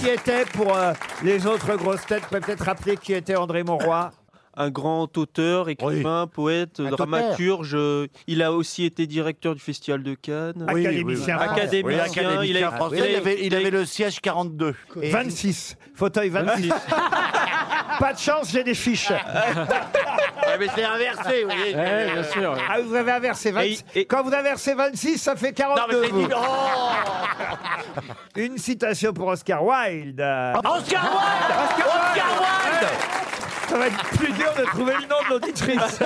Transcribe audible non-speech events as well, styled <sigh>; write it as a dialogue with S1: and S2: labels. S1: qui était pour euh, les autres grosses têtes peut peut-être rappeler qui était André Monroy.
S2: Un grand auteur, écrivain, poète,
S1: Un
S2: dramaturge. euh, Il a aussi été directeur du Festival de Cannes.
S3: Oui, Académicien oui, oui. français.
S2: Académicien,
S3: Oui, académicien
S2: il a-
S4: Ah,
S3: français.
S2: il a-
S3: Il avait- il avait
S2: le siège 42.
S4: Eh,
S3: 26. Fauteuil 26. <laughs> Pas de chance, j'ai des fiches.
S4: mais c'est inversé, vous
S3: Eh,
S4: voyez.
S3: Ah, vous avez inversé 26. Quand vous inversez 26, ça fait
S4: Non, mais
S3: 42.
S4: c'est dit.
S3: vous.
S4: Oh
S3: Une citation pour Oscar Wilde.
S4: Oscar Wilde Oscar, Wilde <laughs>
S3: Ça va être plus dur de trouver le nom de l'auditrice.